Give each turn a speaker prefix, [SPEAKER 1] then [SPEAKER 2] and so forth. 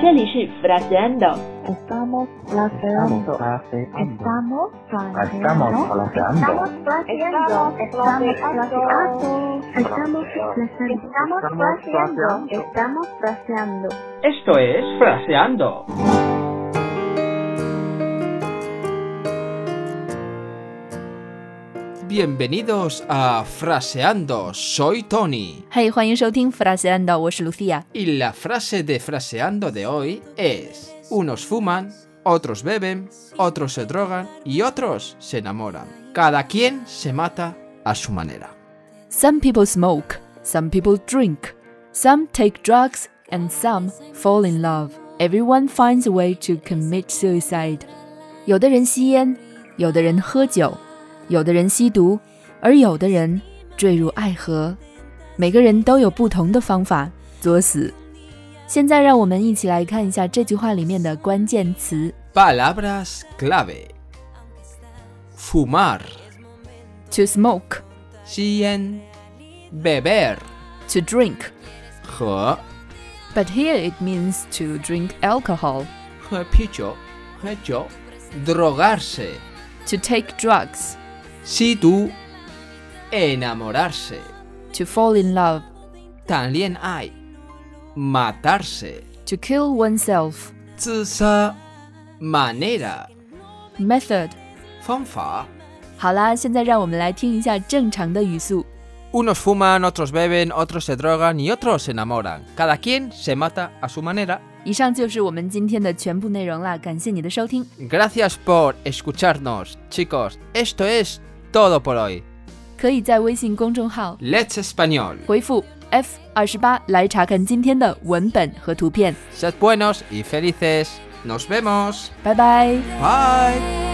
[SPEAKER 1] 这里是 fraseando，
[SPEAKER 2] Estamos
[SPEAKER 3] Estamos
[SPEAKER 2] fraseando.
[SPEAKER 3] fraseando.
[SPEAKER 2] Estamos fraseando.
[SPEAKER 3] Estamos fraseando.
[SPEAKER 2] Estamos fraseando. Estamos fraseando.
[SPEAKER 3] Estamos fraseando.
[SPEAKER 2] Estamos fraseando.
[SPEAKER 4] Esto es Fraseando. Bienvenidos a Fraseando. Soy Tony.
[SPEAKER 5] 嘿欢迎收听 Fraseando，我是卢西亚。
[SPEAKER 4] Y la frase de Fraseando de hoy es: Unos fuman, otros beben, otros se drogan y otros se enamoran. Cada quien se mata a su manera.
[SPEAKER 5] Some people smoke, some people drink, some take drugs, and some fall in love. Everyone finds a way to commit suicide. 有的人吸烟，有的人喝酒，有的人吸毒，而有的人坠入爱河。每个人都有不同的方法作死。现在让我们一起来看一下这句话里面的关键词：
[SPEAKER 4] Palabras clave: fumar,
[SPEAKER 5] to smoke,
[SPEAKER 4] sien, beber
[SPEAKER 5] to drink.
[SPEAKER 4] 和
[SPEAKER 5] But here it means to drink alcohol.
[SPEAKER 4] 喝啤酒、喝酒、drogarse、
[SPEAKER 5] to take drugs,
[SPEAKER 4] 吸毒、enamorarse、
[SPEAKER 5] to fall in love,
[SPEAKER 4] 谈恋爱、matarse、
[SPEAKER 5] to kill oneself,
[SPEAKER 4] 自杀、manera、
[SPEAKER 5] method.
[SPEAKER 4] 方法。
[SPEAKER 5] 好啦，现在让我们来听一下正常的语速。
[SPEAKER 4] Unos fuman, otros beben, otros se drogan y otros se enamoran. Cada quien se mata a su manera.
[SPEAKER 5] 以上就是我们今天的全部内容啦，感谢你的收听。
[SPEAKER 4] Gracias por escucharnos, chicos. Esto es todo por hoy.
[SPEAKER 5] 可以在微信公众号
[SPEAKER 4] Let's Español.
[SPEAKER 5] 回复 F 二十八来查看今天的文本和图片。
[SPEAKER 4] Sed buenos y felices. Nos vemos.
[SPEAKER 5] 拜拜。
[SPEAKER 4] Bye.